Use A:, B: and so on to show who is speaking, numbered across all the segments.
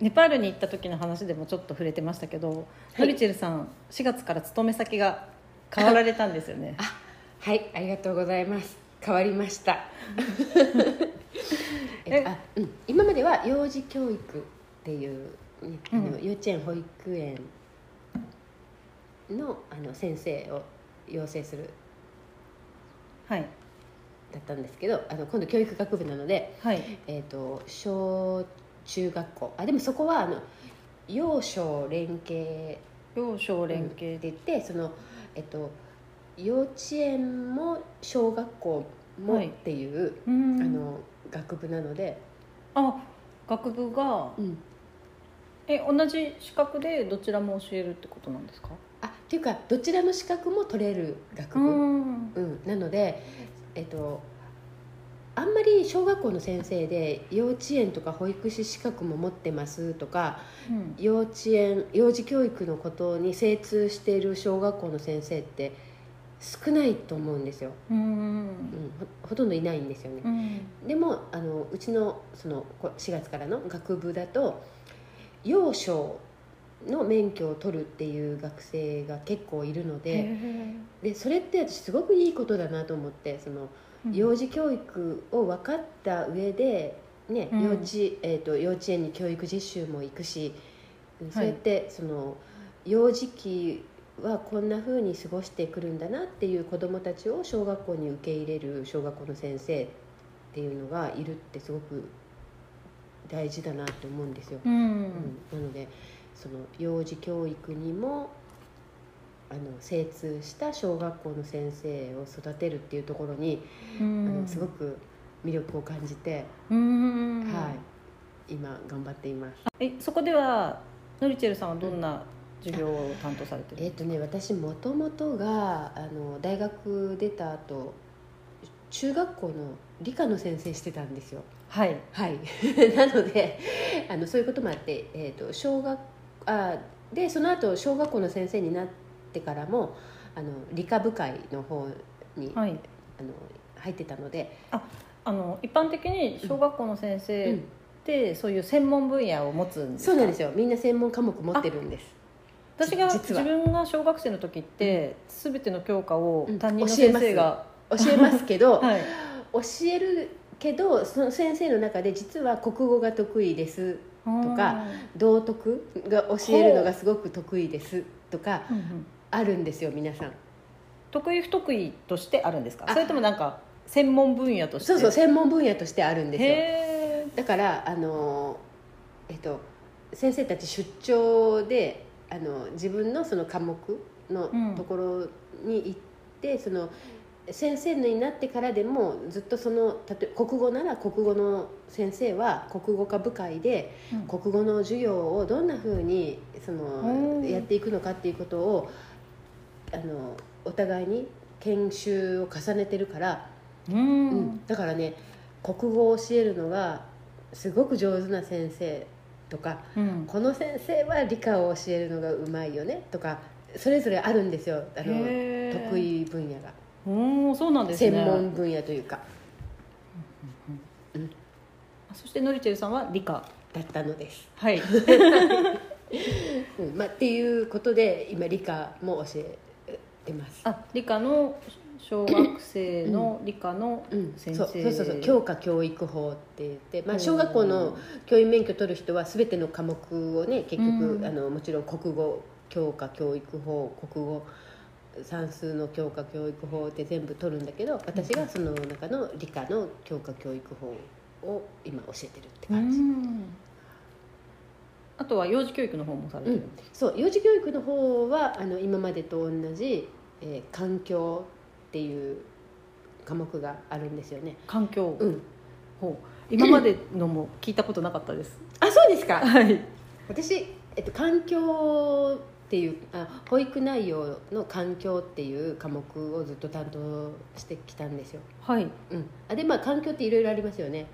A: ネパールに行った時の話でもちょっと触れてましたけど、
B: い
A: マルチェルさん4月から勤め先が変わられたんですよね
B: あはいありがとうございます変わりましたえっとあうん、今までは幼児教育っていう、ねあの
A: う
B: 幼稚園保育園のあの先生を養成する
A: はい
B: だったんですけどあの今度教育学部なので、
A: はい
B: えっと小中学校あでもそこはあの幼少連携
A: 幼少連
B: っ
A: 携で、
B: て言ってその、えっと、幼稚園も小学校も
A: はい
B: っていう、
A: うん
B: あの学部なので、
A: あ学部がえ同じ資格でどちらも教えるってことなんですか
B: あっていうかどちらの資格も取れる学部、
A: ん
B: うんなので、えっと、あんまり小学校の先生で幼稚園とか保育士資格も持ってますとか
A: うん
B: 幼稚園幼児教育のことに精通している小学校の先生って少ないと思うんですよ、
A: うん
B: うん、ほほとんどいないんですよね。
A: うん
B: でもあのうちのそのこ4月からの学部だと幼少の免許を取るっていう学生が結構いるので
A: へ
B: でそれって私すごくいいことだなと思ってその
A: ー
B: 幼児教育を分かった上で、ね
A: うん
B: 幼稚えー、と幼稚園に教育実習も行くしそうやって、その幼児期はこんな風に過ごしてくるんだなっていう子どもたちを小学校に受け入れる小学校の先生っていうのがいるってすごく大事だなって思うんですよ。
A: う
B: うんんなのでその幼児教育にもあの精通した小学校の先生を育てるっていうところに
A: う
B: あ
A: ん
B: のすごく魅力を感じて、
A: うん
B: はい、今頑張っています。
A: えそこではノリチェルさんはどんな授業を担当されてるんで
B: えっ
A: すか
B: とね、私もともとがあの大学出た後中学校の理科の先生してたんですよ。
A: はい
B: はい、 なのであのそういうこともあって、えー、と小学あでその後小学校の先生になってからもあの理科部会の方に、
A: はい
B: あの入ってたので、
A: あの一般的に小学校の先生
B: う
A: っ
B: ん
A: て、そういう専門分野を持つんですか
B: そうなんですよみんな専門科目持ってるんです
A: 私が自
B: 実は
A: 分が小学生の時って、全ての教科を
B: うん
A: 担任の
B: 教
A: 先
B: えます
A: 生が、
B: 教えますけど、
A: はい、
B: 教えるけどその先生の中で実は国語が得意です
A: と
B: か、道徳が教えるのがすごく得意ですとか
A: うんうん
B: あるんですよ皆さん
A: 得意不得意としてあるんですか
B: あ
A: それともなんか専門分野として
B: そうそう専門分野としてあるんですよ
A: へ
B: だからあのえっと先生たち出張であの自分のその科目
A: うん
B: のところに行って、その先生になってからでもずっとその例えば国語なら国語の先生は国語科部会で
A: え、うん
B: 国語の授業をどんなふうにそ
A: お
B: の
A: ー
B: やっていくのかっていうことをあのお互いに研修を重ねてるから
A: うん
B: うん、だからね国語を教えるのがすごく上手な先生とか
A: うん
B: この先生は理科を教えるのがうまいよねとかそれぞれあるんですよあの
A: へえ
B: 得意分野が、
A: おーそうなんですね
B: 専門分野というか
A: あそしてノリチェルさんは理科
B: だったのです、
A: はい
B: うんまあ、っていうことで今理科も教えてます
A: あ理科の小学生の理科の
B: うん、
A: 先
B: そう
A: 生
B: そうそうそう教科教育法って言って、ま
A: う
B: あ、
A: ん
B: 小学校の教員免許取る人は全ての科目をね結局、
A: うん
B: あのもちろん国語教科教育法国語算数の教科教育法って全部取るんだけど私がその中の理科の教科教育法を今教えてるって
A: う
B: 感じ、
A: んあとは幼児教育の方もされて
B: う
A: る、
B: んそう幼児教育の方はあの今までと同じ、えー環境っていう科目があるんですよね、
A: 環境、
B: うん、
A: ほう今までのも聞いたことなかったです
B: あそうですか
A: はい
B: 私、えっと、環境っていうあ保育内容の環境っていう科目をずっと担当してきたんですよ、
A: はい
B: うん、あでまあ環境っていろいろありますよね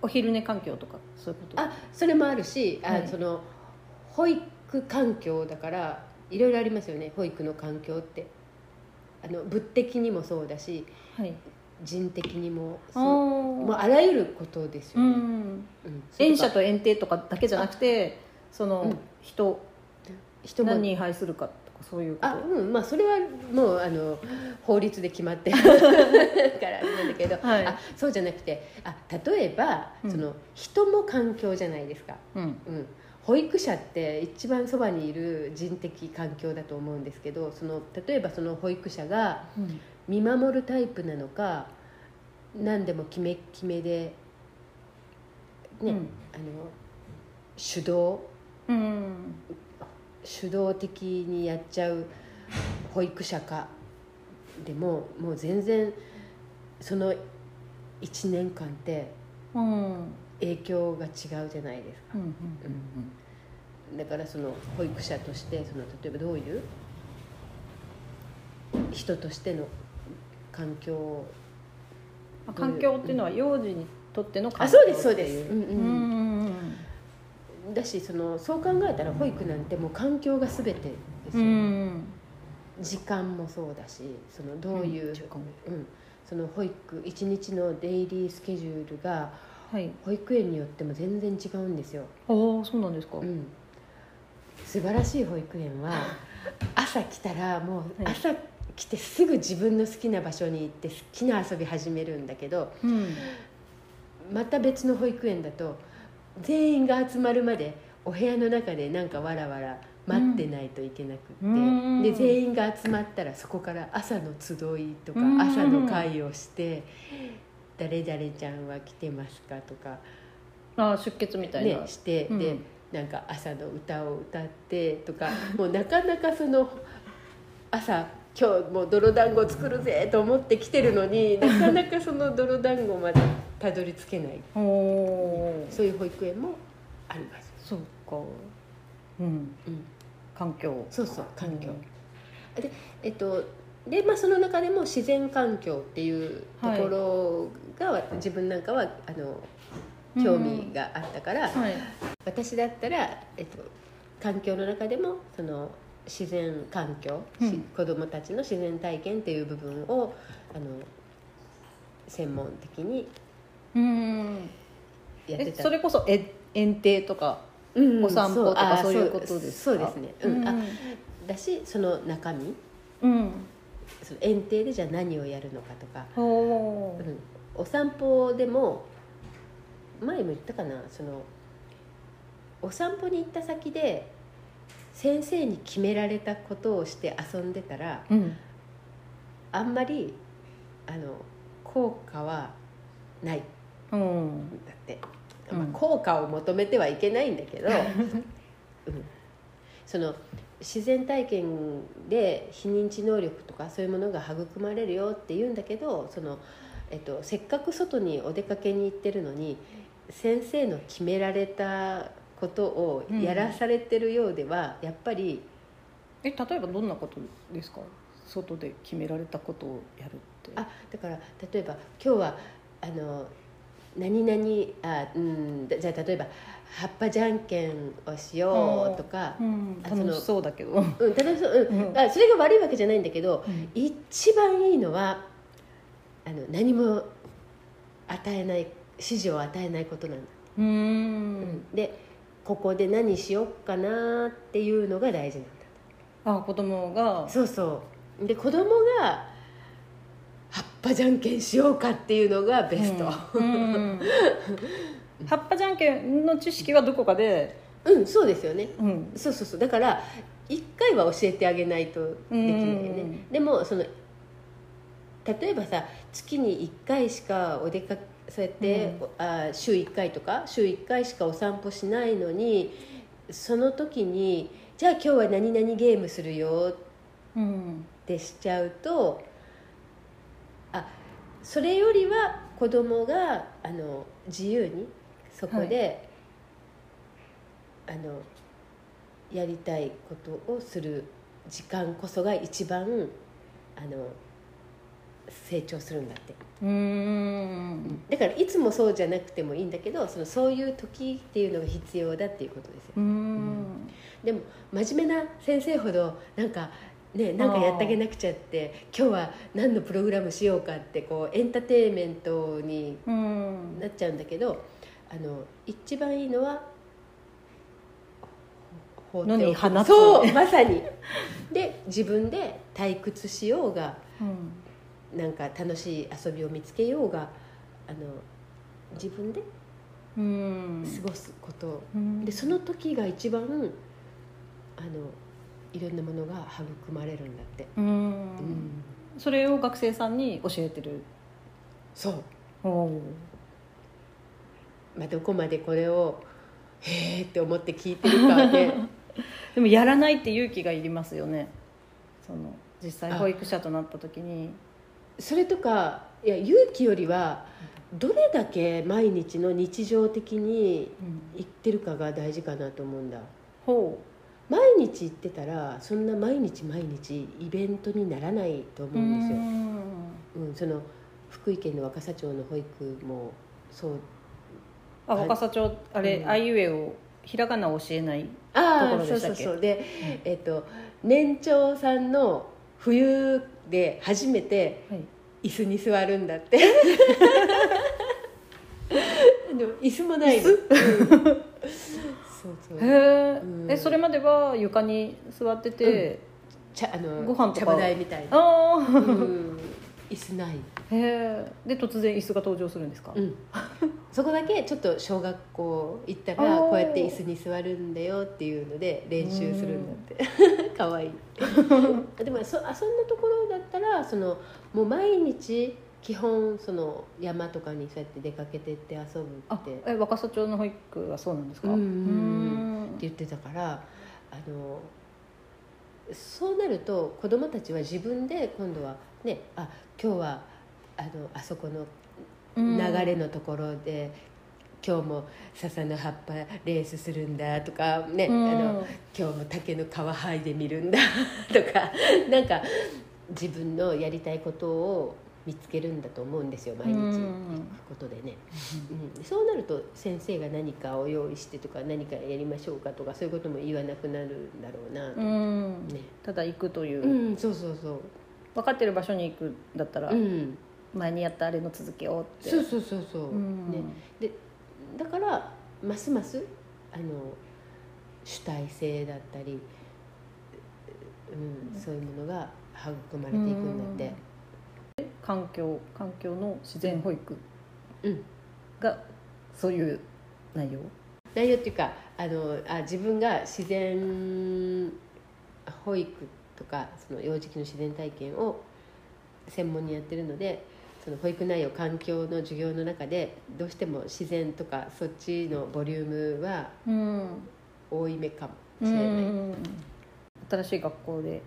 A: お昼寝環境とかそういうこと
B: あそれもあるしあ、
A: はい
B: その保育環境だからいろいろありますよね保育の環境ってあの物的にもそうだし
A: はい
B: 人的にもそのもう
A: あ
B: あらゆることです
A: う
B: よね、
A: ん
B: うん
A: 園舎
B: と
A: と園庭とかだけじゃなくてその、
B: うん
A: 人
B: 人も
A: 何に配するかとかそういうこと
B: あうんまあそれはもうあの法律で決ま ってるからなんだけど、
A: はい
B: あそうじゃなくてあ例えば、
A: うん
B: その人も環境じゃないですか、
A: うん
B: うん、保育者って一番そばにいる人的環境だと思うんですけどその例えばその保育者が
A: うん
B: 見守るタイプなのか何でも決め決めで、ね
A: うん
B: あの主導
A: うん
B: 主導的にやっちゃう保育者かでももう全然その1年間って
A: うん
B: 影響が違うじゃないですか
A: うん
B: だからその保育者としてその例えばどういう人としての環境を
A: まあ環境っていうのは幼児にとっての環
B: あ
A: 境
B: そうですそうで
A: っ
B: す、
A: て
B: う
A: い
B: ん
A: う
B: うん
A: ん
B: だしそのそう考えたら保育なんてもう環境が全てです
A: う
B: よね、
A: ん
B: 時間もそうだしそのどういう、
A: うん
B: うん
A: 時間も
B: その保育一日のデイリースケジュールが
A: はい
B: 保育園によっても全然違うんですよ、
A: ああそうなんですか
B: うん、素晴らしい保育園 は朝来たらもう
A: はい
B: 朝来てすぐ自分の好きな場所に行って好きな遊び始めるんだけど
A: うん
B: また別の保育園だと全員が集まるまでお部屋の中でなんかわらわら待ってないといけなくって、
A: うん
B: で全員が集まったらそこから朝の集いとか
A: うん
B: 朝の会をして「誰々ちゃんは来てますか?」とか、
A: ああ出血みたい
B: ね
A: な、
B: して、
A: うん
B: でなんか朝の歌を歌ってとか もうなかなかその朝今日もう泥団子作るぜと思って来てるのになかなかその泥団子までたどり着けない
A: おおー
B: そういう保育園もあります。
A: そうかうん
B: うん、
A: 環境
B: そうそう環境。でえっとでまあその中でも自然環境っていうところが、自分なんかはあの興味があったから、
A: はい
B: 私だったらえっと環境の中でもその自然環境、
A: うん
B: し子どもたちの自然体験っていう部分をあの専門的に
A: うん
B: やって
A: え
B: た
A: それこそえ園庭とか
B: うん
A: お散歩とか
B: あ
A: そういうことです
B: そう
A: か
B: ですね、うんあだしその中身
A: うん
B: その園庭でじゃあ何をやるのかとか、
A: ほ
B: うん、お散歩でも前も言ったかなそのお散歩に行った先で先生に決められたことをして遊んでたら
A: ううん
B: あんまりあの効果はないん
A: うん
B: だって、
A: うん
B: まあ、効果を求めてはいけないんだ けど、うんその自然体験で非認知能力とかそういうものが育まれるよって言うんだけどその、えっと、せっかく外にお出かけに行ってるのに先生の決められたことをやらされてるようでは、やっぱり
A: え例えばどんなことですか外で決められたことをやるって
B: あだから例えば今日はあの何々あ、うん、だじゃあ例えば葉っぱじゃんけんをしようとか
A: う、ん
B: あその
A: 楽しそうだけど
B: うん楽しそううん
A: うん
B: あそれが悪いわけじゃないんだけど
A: うん
B: 一番いいのはあの何も与えない指示を与えないことなんだ、
A: う
B: うんんでここで何しよっかなっていうのが大事なん
A: あ
B: だ
A: 子供が
B: そうそうで子供が葉っぱじゃんけんしようかっていうのがベスト、
A: うんうん葉っぱじゃんけんの知識はどこかで
B: うん、そうですよね
A: うん
B: そうそうそうだから1回は教えてあげないとできないよ
A: う
B: ね
A: ん
B: でもその例えばさ月に1回しかお出かけそうやって、あ週1回とか週1回しかお散歩しないのにその時にじゃあ今日は何々ゲームするよ
A: うん
B: ってしちゃうとあそれよりは子供があの自由にそこで、あのやりたいことをする時間こそが一番あの成長するんだって
A: うん
B: だからいつもそうじゃなくてもいいんだけどそのそういう時っていうのが必要だっていうことですよ
A: うん
B: でも真面目な先生ほどなんかね、なんかやってあげなくちゃって今日は何のプログラムしようかってこうエンターテインメントに
A: うん
B: なっちゃうんだけどあの一番いいのはほ
A: 野に放つ
B: そうまさにで自分で退屈しようが
A: うん
B: なんか楽しい遊びを見つけようがあの自分で
A: うん
B: 過ごすこと、
A: うん
B: でその時が一番あのいろんなものが育まれるんだって、
A: うん
B: うん
A: それを学生さんに教えてる
B: そう
A: おー
B: まあ、どこまでこれを「へえ」って思って聞いてるか で
A: でもやらないって勇気がいりますよねその実際
B: あ
A: 保育者となった時に
B: それとかいや勇気よりはどれだけ毎日の日常的に
A: うん
B: 言ってるかが大事かなと思うんだ
A: ほ
B: 毎日行ってたらそんな毎日毎日イベントにならないと思
A: うう
B: うんですよ、
A: ん
B: うん、その福井県の若狭町の保育もそう
A: あ
B: はい
A: 若狭町あれ、
B: うん
A: あいうえおひらがなを教えないとこ
B: ああ
A: ろ
B: そ
A: で
B: う
A: した
B: そう
A: っけ
B: そうで、えっと年長さんの冬で初めて
A: はい
B: 椅子に座るんだって でも椅子もないのうんそうそう
A: へ
B: うん
A: ーえそれまでは床に座ってて、
B: 茶あの
A: ご飯とか
B: ちゃぶ台みたいな、
A: ああ
B: うん、椅子ない、
A: へえで突然椅子が登場するんですか、
B: うん、 そこだけちょっと小学校行った
A: あ
B: ら
A: ー
B: こうやって椅子に座るんだよっていうので練習するんだって かわいいでもそあそんなところだったらそのもう毎日基本その山とかにそうやって出かけてって遊ぶ
A: あ
B: って
A: え若狭町の保育はそうなんですか
B: うんっ
A: ー
B: て
A: ん
B: 言ってたからあのそうなると子どもたちは自分で今度はねあ今日はあのあそこの
A: うん
B: 流れのところで、今日も笹の葉っぱレースするんだとかね、
A: うん
B: あの今日も竹の皮剥いでみるんだ とかなんか自分のやりたいことを見つけるんだと思うんですよ毎日。
A: うん
B: ことでね、うん、そうなると先生が何かを用意してとか何かやりましょうかとかそういうことも言わなくなるんだろうなと、
A: うん
B: ね
A: ただ行くという、
B: うん、そうそうそう、
A: 分かってる場所に行くだったら、
B: うん、
A: 前にやったあれの続きをって
B: そうそうそうそう、
A: うん
B: ね、でだからますますあの主体性だったり、うん、そういうものが育まれていくんだって、
A: 環境環境の自然保育
B: うん、
A: がそういう内容
B: 内容っていうかあのあ自分が自然保育とかその幼児期の自然体験を専門にやってるのでその保育内容環境の授業の中でどうしても自然とかそっちのボリュームは
A: うん
B: 多いめかも
A: う
B: しれない、
A: ん新しい学校で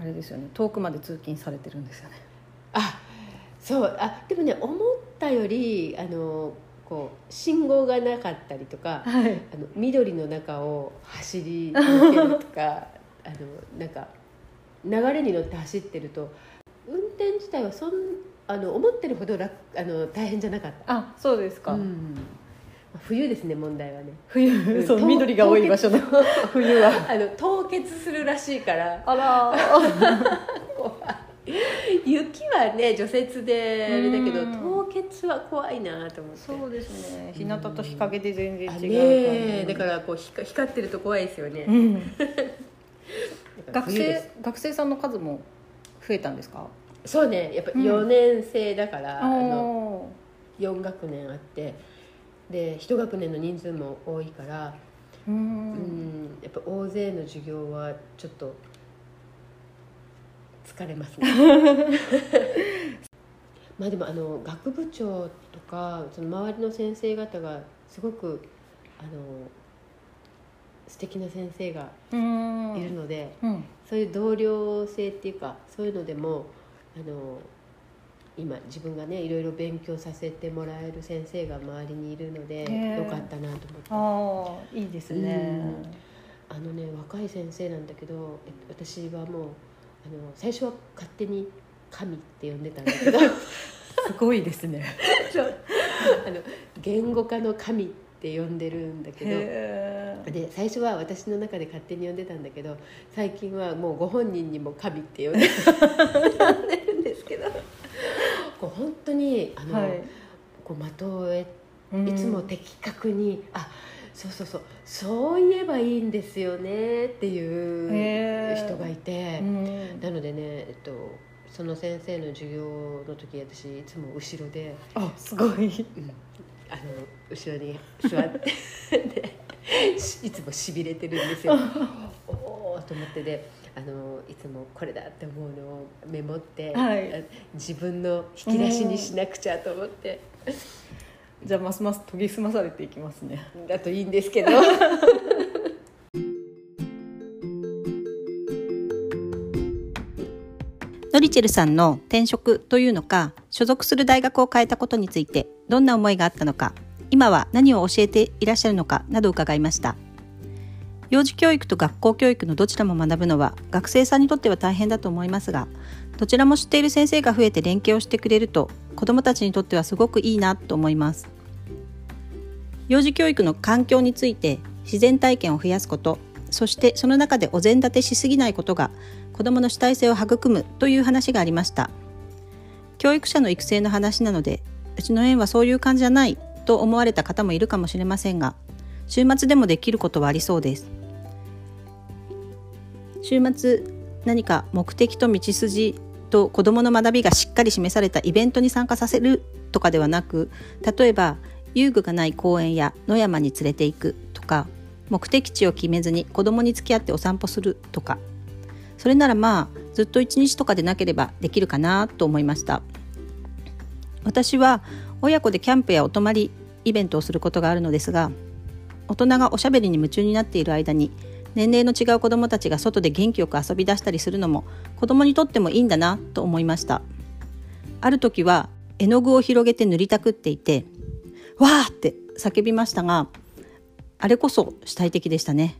A: あれですよね遠くまで通勤されてるんですよね
B: あそうあでもね思ったよりあのこう信号がなかったりとか
A: はい
B: あの緑の中を走り抜けると かあのなんか流れに乗って走ってると運転自体はそんあの思ってるほど楽あの大変じゃなかっ
A: あそうです
B: た、
A: か、
B: まあ冬ですね問題はね
A: 冬そう
B: 凍
A: 緑が多い場所の
B: 凍結
A: 冬は
B: あの凍結するらしいから
A: あら
B: 怖い雪はね除雪であれだけど
A: うん
B: 凍結は怖いなと思って
A: そうですね日向と日陰で全然違う
B: あ
A: 感
B: ね
A: じ、
B: えだからこう光光ってると怖いですよね、
A: うん
B: だから
A: 学
B: 冬です
A: 生学生さんの数も増えたんですか
B: そうねやっぱ
A: うん
B: 4年生だから、
A: あ
B: あの
A: の
B: 4学年あってで1学年の人数も多いから、
A: う
B: うん
A: ん
B: やっぱ大勢の授業はちょっと疲れ ますねまあでもあの学部長とかその周りの先生方がすごくあの素敵な先生が
A: うん
B: いるので、
A: うん
B: そういう同僚性っていうかそういうのでもあの今自分がねいろいろ勉強させてもらえる先生が周りにいるので
A: へえ
B: よかったなと思って
A: ああいいですね
B: うんあのね若い先生なんだけどえっと私はもうあの最初は勝手に「神」って呼んでたんだけ ど
A: すごいです ね
B: そうあの言語化の「神」って呼んでるんだけど
A: へね
B: で最初は私の中で勝手に呼んでたんだけど最近はもうご本人にも神って呼んで呼んでるんですけどこう本当にあの、
A: はい
B: こう的をえ
A: うん
B: いつも的確に、あそうそうそうそう言えばいいんですよねっていう
A: へー
B: 人がいて、
A: うん
B: なのでね、えっと、その先生の授業の時私いつも後ろで。
A: あすごい
B: あの後ろに座って でしいつもしびれてるんですよおおと思ってであのいつもこれだって思うのをメモって、
A: はい
B: あ自分の引き出しにしなくちゃと思って、
A: じゃあますます研ぎ澄まされていきますね
B: だといいんですけど
C: ノリチェルさんの転職というのか所属する大学を変えたことについてどんな思いがあったのか今は何を教えていらっしゃるのかなど伺いました幼児教育と学校教育のどちらも学ぶのは学生さんにとっては大変だと思いますがどちらも知っている先生が増えて連携をしてくれると子どもたちにとってはすごくいいなと思います幼児教育の環境について自然体験を増やすことそしてその中でお膳立てしすぎないことが子どもの主体性を育むという話がありました教育者の育成の話なのでうちの園はそういう感じじゃないと思われた方もいるかもしれませんが週末でもできることはありそうです週末何か目的と道筋と子どもの学びがしっかり示されたイベントに参加させるとかではなく例えば遊具がない公園や野山に連れて行くとか目的地を決めずに子どもに付き合ってお散歩するとかそれならまあずっと一日とかでなければできるかなと思いました私は親子でキャンプやお泊まりイベントをすることがあるのですが大人がおしゃべりに夢中になっている間に年齢の違う子どもたちが外で元気よく遊び出したりするのも子どもにとってもいいんだなと思いましたある時は絵の具を広げて塗りたくっていて「わー!」って叫びましたがあれこそ主体的でしたね